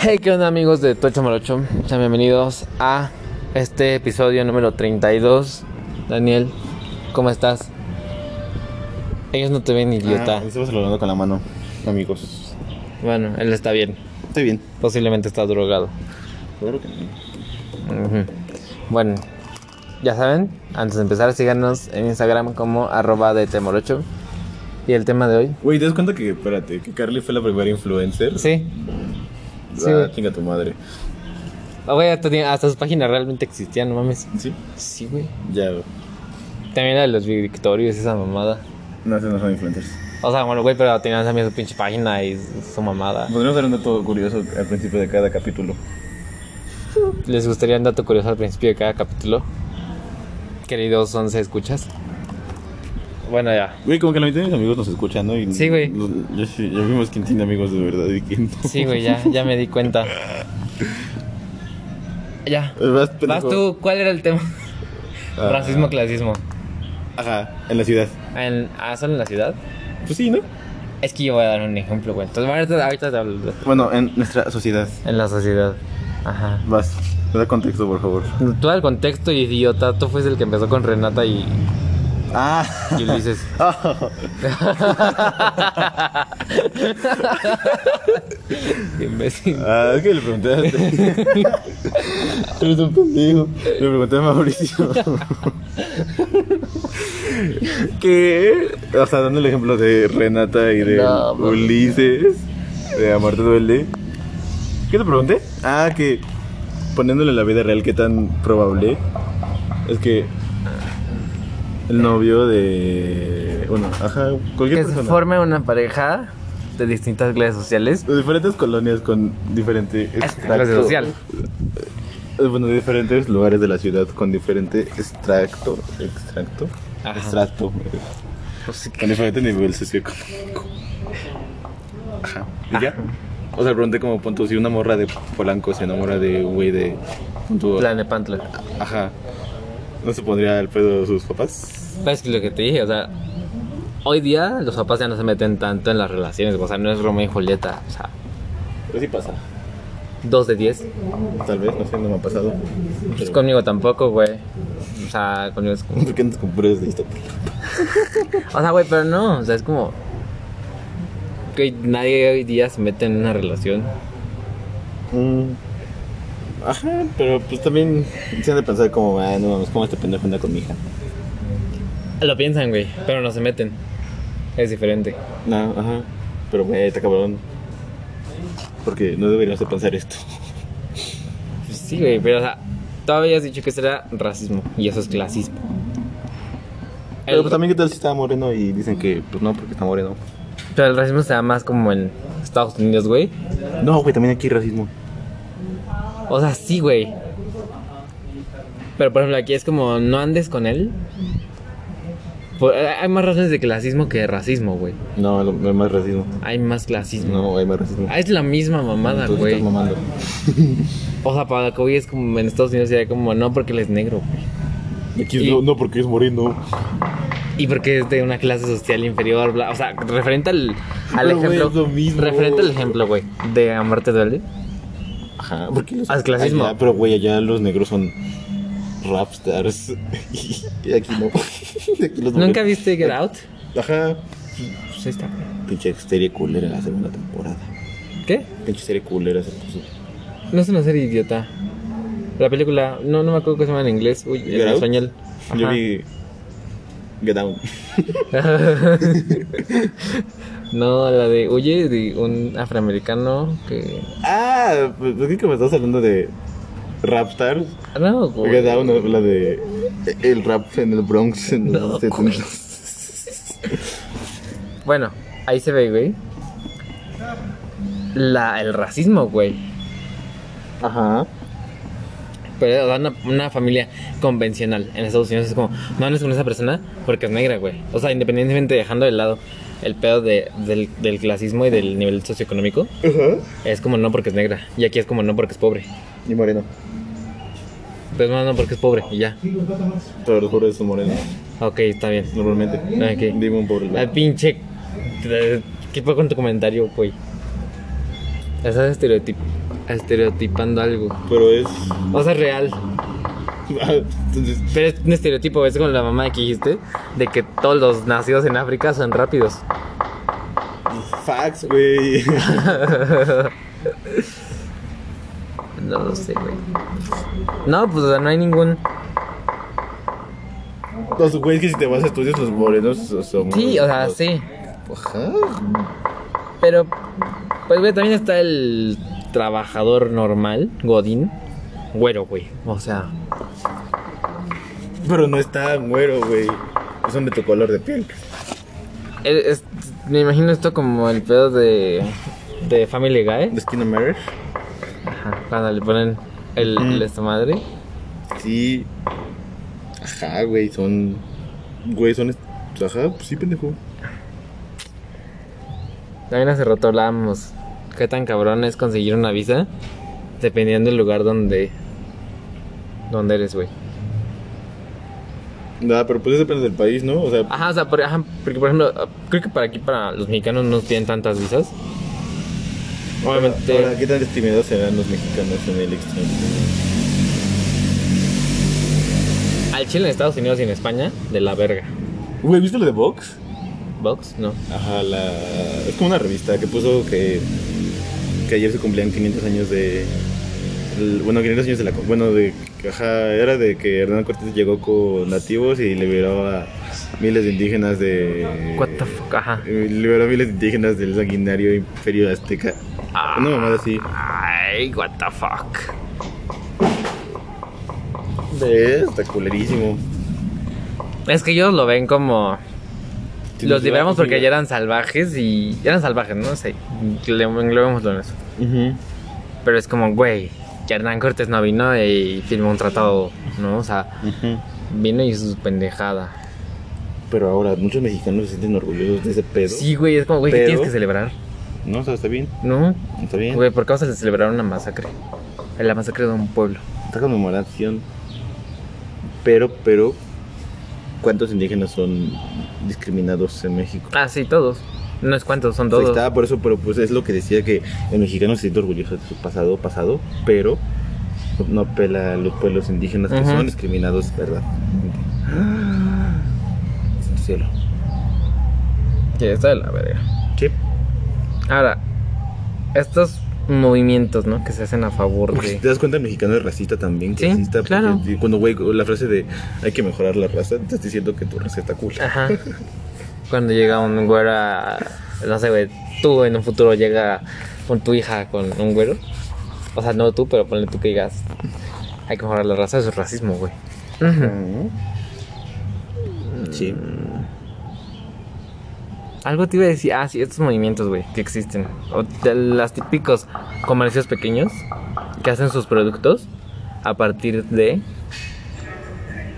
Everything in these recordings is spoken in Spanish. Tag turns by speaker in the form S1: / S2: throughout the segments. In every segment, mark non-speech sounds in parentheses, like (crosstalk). S1: Hey, ¿qué onda amigos de Tocho Morocho? Sean bienvenidos a este episodio número 32. Daniel, ¿cómo estás? Ellos no te ven, idiota.
S2: Ah, estaba saludando con la mano, amigos.
S1: Bueno, él está bien.
S2: Estoy bien.
S1: Posiblemente está drogado.
S2: Claro que no.
S1: Ujú. Bueno, ya saben, antes de empezar, síganos en Instagram como arroba de Temorocho. ¿Y el tema de hoy?
S2: Güey, ¿te das cuenta que, espérate, que Carly fue la primera influencer?
S1: Sí. sí,
S2: Ah,
S1: güey.
S2: chinga tu madre.
S1: Ah, güey, hasta, tiene- hasta sus páginas realmente existían, no mames.
S2: Sí,
S1: Sí, güey.
S2: ya, güey.
S1: También la de los victorios, esa mamada.
S2: No, esas no son influencers.
S1: O sea, bueno, güey, pero tenían también su pinche página y su mamada.
S2: Podríamos dar un dato curioso al principio de cada capítulo.
S1: ¿Les gustaría un dato curioso al principio de cada capítulo? Queridos 11 escuchas. Bueno, ya.
S2: Güey, como que la mitad de mis amigos nos escuchan, ¿no? Y
S1: Sí, güey.
S2: los- Ya, sí, ya vimos quién tiene amigos de verdad y quién no.
S1: Sí, güey, ya, ya me di cuenta. Ya.
S2: (laughs) Vas,
S1: Vas
S2: pendejo.
S1: tú, ¿cuál era el tema?
S2: Ah.
S1: Racismo, clasismo.
S2: Ajá, en la ciudad.
S1: En, ah, solo en la ciudad.
S2: Pues sí, ¿no?
S1: Es que yo voy a dar un ejemplo, güey. Entonces, ahorita, ahorita te hablo. de-
S2: Bueno, en nuestra sociedad.
S1: En la sociedad. Ajá.
S2: Vas, da contexto, por favor.
S1: Todo el contexto, idiota. Tú fuiste el que empezó con Renata y,
S2: Ah.
S1: y (laughs) Ulises. Qué imbécil.
S2: Ah, es que le pregunté a (laughs) Eres un pendejo. Le pregunté a Mauricio. que, o sea, dando el ejemplo de Renata y de
S1: No, mames.
S2: Ulises, de Amor te duele. ¿Qué te pregunté? Ah, que poniéndole la vida real, ¿qué tan probable es que el novio de. Bueno, ajá, cualquier
S1: Que se
S2: persona.
S1: forme una pareja de distintas clases sociales.
S2: de diferentes colonias con diferente
S1: clase
S2: extracto.
S1: social.
S2: Eh, Bueno, de diferentes lugares de la ciudad con diferente extracto. ¿Extracto?
S1: Ajá.
S2: Extracto. eh, Con diferente nivel socioeconómico. Ajá. ¿Y ya? O sea, pregunté como punto, si una morra de Polanco se enamora de un güey de punto.
S1: Plan de Pantla.
S2: Ajá. ¿No se pondría al pedo sus papás?
S1: ¿Sabes lo que te dije? O sea, hoy día los papás ya no se meten tanto en las relaciones. O sea, no es Romeo y Julieta. O sea,
S2: Pues sí pasa.
S1: dos de diez.
S2: Tal vez, no sé, no me ha pasado. (laughs)
S1: Pues conmigo tampoco, güey. O sea, conmigo es como.
S2: ¿Por qué nos compras de esto?
S1: O sea, güey, pero no. O sea, es como. Que nadie hoy día se mete en una relación.
S2: Mm, Ajá, pero pues también se han de pensar como, ah, no mames, ¿cómo este pendejo anda con mi hija?
S1: Lo piensan, güey, pero no se meten. Es diferente.
S2: No, ajá, pero güey, está cabrón. Porque no deberíamos de pensar esto.
S1: Pues sí, güey, pero o sea, todavía has dicho que eso era racismo y eso es clasismo.
S2: Pero
S1: El-
S2: pues, también, ¿qué tal si está moreno y dicen que, pues no, porque está moreno?
S1: pero el racismo se da más como en Estados Unidos, güey.
S2: No, güey, también aquí hay racismo.
S1: O sea, sí, güey. Pero por ejemplo, aquí es como no andes con él. Por- hay más razones de clasismo que de racismo, güey.
S2: No, lo- no hay más racismo.
S1: Hay más clasismo.
S2: No, hay más racismo.
S1: Ah, Es la misma mamada,
S2: Tú sí
S1: güey.
S2: estás mamando.
S1: O sea, para que hoy es como en Estados Unidos sería como no porque él es negro, güey.
S2: Aquí es
S1: Y-
S2: no, no, porque es moreno.
S1: Y porque es de una clase social inferior, bla. O sea, referente al, al
S2: Pero, güey,
S1: ejemplo.
S2: es lo mismo.
S1: Referente al ejemplo, güey. De amarte duele.
S2: Ajá, porque los...
S1: Ah, es clasismo.
S2: Allá, pero güey, allá los negros son rapstars. (laughs) y aquí no. (laughs) Aquí los
S1: ¿Nunca
S2: morenos-
S1: viste Get Out?
S2: Ajá.
S1: Pues ahí está.
S2: Pinche serie culera la segunda temporada.
S1: ¿Qué?
S2: Pinche serie culera se puso.
S1: No es una serie idiota. La película, no, no me acuerdo cómo se llama en inglés. Uy,
S2: Get
S1: en
S2: Out?
S1: español.
S2: Yo
S1: Ajá.
S2: vi Get Down.
S1: (laughs) no, la de Huye, de un afroamericano que.
S2: Ah, pues es que me estás hablando de Rapstars.
S1: Ah, No, güey.
S2: Get Down es la de el rap en el Bronx en los
S1: No,
S2: 70s.
S1: Bueno, ahí se ve, güey. La, el racismo, güey.
S2: Ajá.
S1: Pero o sea, una, una familia convencional en Estados Unidos es como, no hables con esa persona porque es negra, güey. O sea, independientemente dejando de lado el pedo de- del, del clasismo y del nivel socioeconómico,
S2: Ajá.
S1: es como no porque es negra. Y aquí es como no porque es pobre.
S2: Y moreno.
S1: Pues no, no porque es pobre y ya.
S2: Pero los pobres son morenos,
S1: Ok, está bien.
S2: normalmente.
S1: Ok. Ah,
S2: Dime un pobre.
S1: La pinche... ¿Qué fue con tu comentario, güey? Estás estereotipo. estereotipando algo.
S2: Pero es. ah,
S1: O sea, es real.
S2: Entonces,
S1: Pero es un estereotipo, es con la mamá que dijiste, de que todos los nacidos en África son rápidos.
S2: facts, güey. (laughs)
S1: No lo sé, güey. No, pues o sea, no hay ningún.
S2: Los güeyes que si te vas a estudios, los morenos son.
S1: Sí, o sea, sí.
S2: Ajá.
S1: Pero, pues, güey, también está el trabajador normal, Godín. Güero, güey. O sea,
S2: Pero no está güero, güey. Son de tu color de piel.
S1: e, es- es- me imagino esto como el pedo de, de Family Guy.
S2: ¿De Skin and Marriage?
S1: Ajá, cuando le ponen el, el esta madre.
S2: Sí. Ajá, güey, son. Güey, son. est- Ajá, pues sí, pendejo.
S1: También hace rato hablábamos qué tan cabrón es conseguir una visa dependiendo del lugar donde donde eres, güey.
S2: Nada, pero pues eso depende del país, ¿no? O sea,
S1: Ajá, o sea, por- ajá, porque por ejemplo, creo que para aquí, para los mexicanos no tienen tantas visas. Obviamente,
S2: ahora, ¿qué tan discriminados serán los mexicanos en el extranjero?
S1: al Chile en Estados Unidos y en España, de la verga.
S2: Güey, ¿viste lo de Vox?
S1: ¿Vox? No.
S2: Ajá, la... es como una revista que puso que, que ayer se cumplían 500 años de... el- Bueno, 500 años de la... co- Bueno, de... Ajá, era de que Hernán Cortés llegó con nativos y liberó a miles de indígenas de...
S1: What the fuck, ajá.
S2: Eh, Liberó a miles de indígenas del sanguinario imperio azteca.
S1: Ah.
S2: Una mamada así.
S1: Ay, what the fuck.
S2: Eh, Está culerísimo.
S1: Es que ellos lo ven como
S2: Sí,
S1: los
S2: nos
S1: liberamos
S2: llevamos,
S1: porque
S2: sí.
S1: ya eran salvajes y eran salvajes, no sé. Le- Englobémoslo en eso.
S2: Ujú.
S1: Pero es como, güey, que Hernán Cortés no vino y firmó un tratado, ¿no? O sea,
S2: Ujú.
S1: vino y hizo su pendejada.
S2: Pero ahora, muchos mexicanos se sienten orgullosos de ese pedo.
S1: Sí, güey, es como, güey, ¿qué
S2: Pero-
S1: tienes que celebrar?
S2: No, o sea, está bien.
S1: ¿No?
S2: Está bien.
S1: Güey, ¿por qué vas a celebrar una masacre? La masacre de un pueblo.
S2: Esta conmemoración. Pero, pero, ¿cuántos indígenas son discriminados en México?
S1: Ah, sí, todos. No es cuántos, son
S2: O sea,
S1: todos.
S2: estaba por eso, pero pues es lo que decía que el mexicano se siente orgulloso de su pasado, pasado, pero no apela a los pueblos indígenas que
S1: Ujú.
S2: son discriminados, ¿verdad? Santo cielo.
S1: Sí, está de la verga.
S2: Sí.
S1: Ahora, estos movimientos, ¿no? Que se hacen a favor
S2: Porque si
S1: de...
S2: te das cuenta, el mexicano es racista también.
S1: Sí,
S2: clasista, porque
S1: claro.
S2: di- Cuando, güey, la frase de hay que mejorar la raza, te estás diciendo que tu raza está cool.
S1: Ajá. (laughs) Cuando llega un güero a- No sé, güey. Tú en un futuro llega con tu hija con un güero. O sea, no tú, pero ponle tú que digas. Hay que mejorar la raza, eso es racismo, güey. Ujú.
S2: Sí.
S1: Algo te iba a decir. Ah, sí, estos movimientos, güey, que existen. O de los típicos comercios pequeños que hacen sus productos a partir de.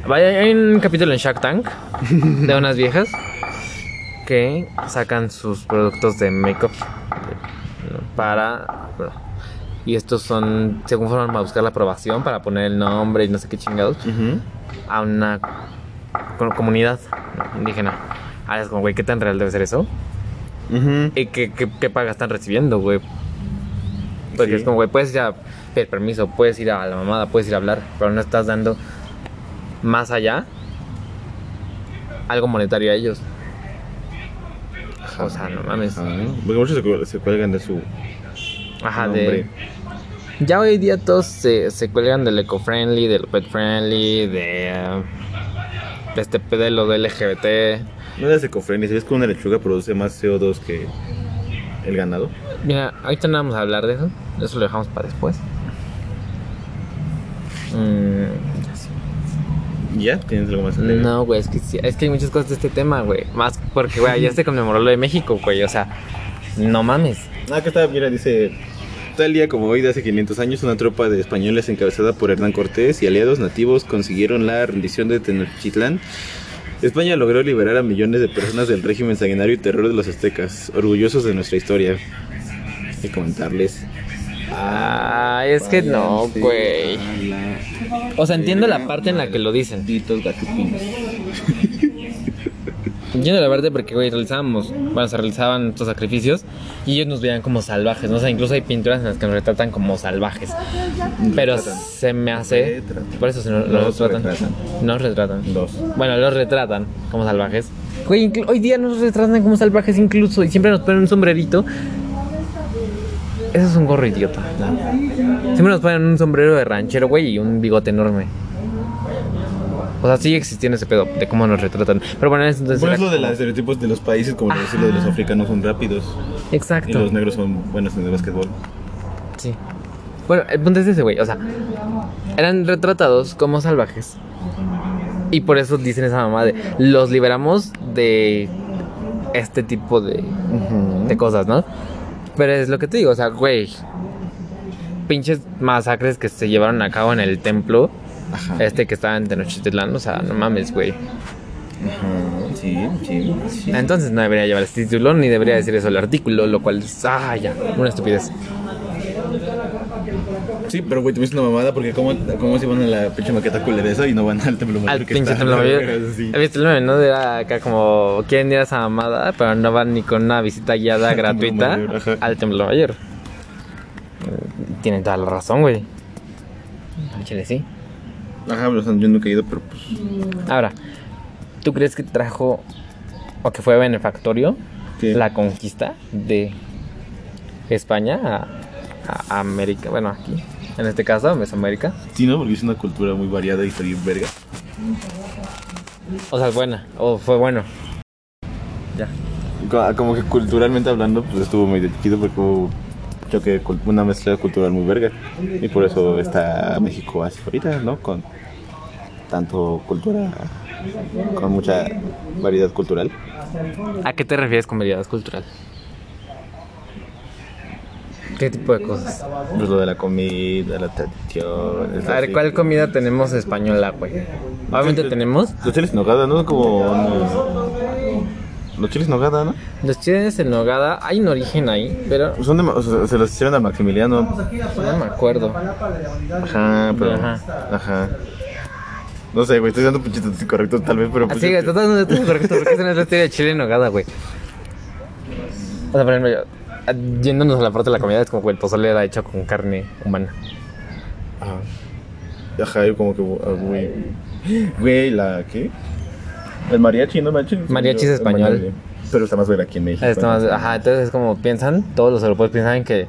S1: Vaya, hay un capítulo en Shark Tank de unas viejas que sacan sus productos de make-up ¿no? para. bueno, y estos son, según fueron a buscar la aprobación para poner el nombre y no sé qué chingados
S2: Ujú.
S1: a una co- comunidad indígena. Ahora es como, güey, ¿qué tan real debe ser eso?
S2: Ujú.
S1: ¿Y qué, qué- qué paga están recibiendo, güey? Porque
S2: Sí.
S1: es como, güey, puedes ir a pedir permiso, puedes ir a la mamada, puedes ir a hablar, pero no estás dando más allá algo monetario a ellos. O sea, no mames.
S2: Ah, porque muchos se, cuel- se cuelgan de su
S1: Ajá,
S2: nombre.
S1: de... Ya hoy día todos se, se cuelgan del eco-friendly, del pet-friendly, de... eh, de este pedelo del LGBT.
S2: No eres ecofriendly, ¿sabes que una lechuga produce más CO2 que el ganado?
S1: Mira, ahorita no vamos a hablar de eso. Eso lo dejamos para después. Mm,
S2: ¿Ya? ¿Tienes algo más? alegre?
S1: no, güey, es que, sí- es que hay muchas cosas de este tema, güey. Más porque, güey, ayer se conmemoró lo de México, güey. O sea, no mames.
S2: Ah, que está, mira, dice... Tal día como hoy, de hace 500 años, una tropa de españoles encabezada por Hernán Cortés y aliados nativos consiguieron la rendición de Tenochtitlán. España logró liberar a millones de personas del régimen sanguinario y terror de los aztecas, orgullosos de nuestra historia. Hay que comentarles.
S1: Ah, es que no, güey. O sea, entiendo la parte en la que lo dicen. Yo no la verdad porque, güey, realizábamos, bueno, se realizaban estos sacrificios y ellos nos veían como salvajes, ¿no? O sea, incluso hay pinturas en las que nos retratan como salvajes. Pero
S2: Retratan.
S1: se me hace...
S2: Retratan.
S1: Por eso se nos,
S2: Nos
S1: nos retratan.
S2: retratan.
S1: Nos retratan.
S2: Dos.
S1: Bueno, los retratan como salvajes. Güey, inclu- hoy día nos retratan como salvajes incluso y siempre nos ponen un sombrerito. Eso es un gorro idiota. la verdad. Siempre nos ponen un sombrero de ranchero, güey, y un bigote enorme. O sea, sigue existiendo ese pedo de cómo nos retratan. Pero bueno, es- entonces... Pues
S2: Por
S1: era
S2: eso de
S1: como-
S2: los estereotipos de los países, como
S1: Ajá.
S2: decirlo de los africanos son rápidos y
S1: Exacto.
S2: los negros son buenos en el básquetbol.
S1: Sí. Bueno, el punto es ese, güey. O sea, eran retratados como salvajes. Y por eso dicen esa mamá de, los liberamos de este tipo de, de cosas, ¿no? Pero es lo que te digo, o sea, güey. Pinches masacres que se llevaron a cabo en el templo.
S2: Ajá.
S1: Este que estaba en Tenochtitlán, o sea, no mames, güey.
S2: Ajá. Sí, sí, sí. Ah,
S1: Entonces no debería llevar ese título, ni debería decir eso el artículo, lo cual es, ah, ya, una estupidez.
S2: Sí, pero güey, tuviste una mamada porque cómo, cómo se van a la pinche maqueta culera esa y no van al templo mayor
S1: Al
S2: que
S1: pinche
S2: está.
S1: templo mayor.
S2: Sí.
S1: ¿Has visto el meme, no? De acá como quieren ir a esa mamada, pero no van ni con una visita
S2: (laughs)
S1: guiada
S2: Templo
S1: gratuita
S2: Mayor, ajá.
S1: al templo mayor. Eh, Tienen toda la razón, güey. Al Chile, sí.
S2: Ajá, pero, o sea, yo nunca he ido, pero pues.
S1: Ahora, ¿tú crees que trajo o que fue benefactorio
S2: ¿Qué?
S1: la conquista de España a, a América? Bueno, aquí, en este caso, Mesoamérica.
S2: Sí, ¿no? Porque es una cultura muy variada y está bien verga.
S1: O sea, es buena, o fue bueno. Ya.
S2: Co- ah, Como que culturalmente hablando, pues estuvo muy chido porque hubo choque de cul- una mezcla cultural muy verga. Y por eso está México así ahorita, ¿no? Con tanto cultura, con mucha variedad cultural.
S1: ¿A qué te refieres con variedad cultural? ¿Qué tipo de cosas?
S2: Pues lo de la comida, la tradición. es
S1: A ver,
S2: así.
S1: ¿cuál comida tenemos española, güey? Obviamente tenemos
S2: Los chiles en nogada, ¿no? Como... no. Los chiles en nogada, ¿no?
S1: los chiles en nogada. Hay un origen ahí, pero
S2: Son de ma- o sea, se los hicieron a Maximiliano.
S1: no me acuerdo.
S2: Ajá, pero...
S1: Ajá.
S2: Ajá. No sé, güey, estoy dando puchitos incorrectos tal vez, pero... pues,
S1: Así que
S2: este-
S1: estás dando datos correctos porque esa no es la historia de chile en nogada, güey. O sea, por ejemplo, yo- yéndonos a la parte de la comida, es como que el pozole era hecho con carne humana.
S2: Ajá. Ajá, yo como que, ah, güey. Güey, la ¿qué? El mariachi, ¿no manches?
S1: Mariachi es
S2: El
S1: español. Ah,
S2: mariachi. Pero está más verga aquí en México.
S1: Está más- ajá, entonces es como piensan, todos los europeos piensan que,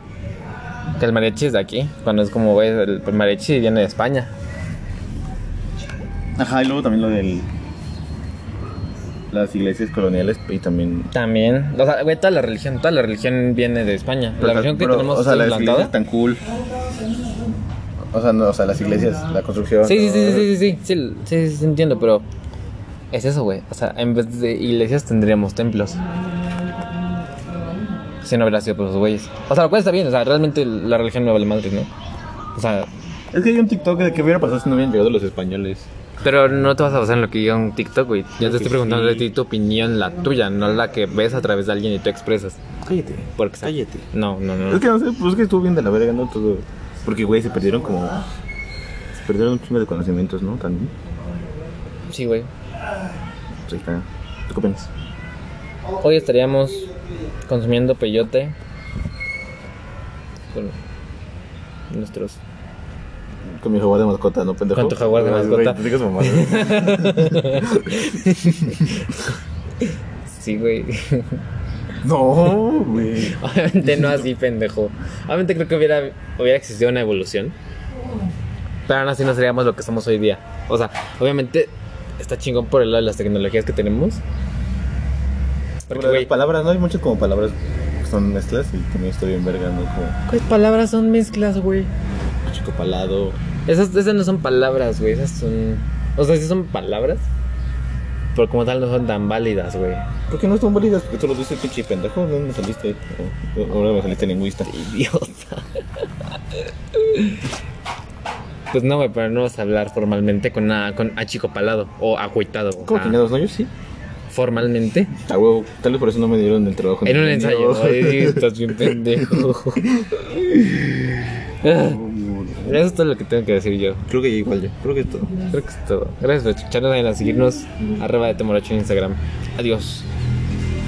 S1: que el mariachi es de aquí, cuando es como, güey, el mariachi viene de España.
S2: Ajá, y luego también lo del las iglesias coloniales y también
S1: También, o sea, güey, toda la religión, toda la religión viene de España. la religión que
S2: Pero,
S1: tenemos
S2: o sea, las
S1: implantada.
S2: iglesias tan cool. O sea, no, o sea, las iglesias, la construcción.
S1: Sí, sí, sí, sí,
S2: ¿no?
S1: sí, sí, sí, sí, sí, sí, entiendo, pero es eso, güey. O sea, en vez de iglesias tendríamos templos. Si no hubiera sido por los güeyes. O sea, lo cual está bien, o sea, realmente la religión no vale madre, ¿no? O sea,
S2: Es que hay un TikTok de que hubiera pasado si no hubieran llegado los españoles.
S1: Pero no te vas a basar en lo que diga un TikTok, güey. Yo te
S2: que
S1: estoy preguntando de
S2: sí.
S1: ti tu opinión, la tuya, no la que ves a través de alguien y tú expresas.
S2: Cállate.
S1: Porque
S2: Cállate.
S1: No, no, no.
S2: Es que no sé, pues es que estuvo bien de la verga, ¿no? Todo. Porque, güey, se perdieron como. Se perdieron un chingo de conocimientos, ¿no? También.
S1: Sí, güey.
S2: Pues ahí está. ¿Tú qué opinas?
S1: Hoy estaríamos consumiendo peyote con nuestros.
S2: Con mi jaguar de mascota, ¿no, pendejo?
S1: Con tu jaguar de
S2: Ay,
S1: mascota.
S2: güey, te digas mamadas. (laughs)
S1: Sí, güey. (laughs)
S2: no, güey.
S1: Obviamente no así, pendejo. Obviamente creo que hubiera, hubiera existido una evolución. Pero aún así no seríamos lo que somos hoy día. O sea, obviamente está chingón por el lado de las tecnologías que tenemos.
S2: Porque, las palabras, ¿no? Hay muchas como palabras que son mezclas y también estoy bien verga, ¿no? Como
S1: ¿Cuáles palabras son mezclas, güey?
S2: chico palado.
S1: Esas, esas no son palabras, güey. Esas son. O sea, sí son palabras. Pero como tal no son tan válidas, güey.
S2: ¿Por qué no están válidas? Porque tú lo dices, pinche pendejo. No me saliste. o- o- Ahora me saliste lingüista.
S1: Idiota. Pues no, güey, pero no vas a hablar formalmente con, a, con achicopalado o agüitado. o
S2: ¿Cómo
S1: sea,
S2: chingados? No, yo sí.
S1: Formalmente.
S2: A huevo. Tal vez por eso no me dieron el trabajo.
S1: En un ensayo. Ay, Estás bien pendejo. Ah, Eso es todo lo que tengo que decir yo.
S2: (laughs) Creo que ya igual ya. Creo que es todo.
S1: Creo que es todo. Gracias por escucharnos. Vayan a seguirnos. Arroba de Temoracho en Instagram. Adiós.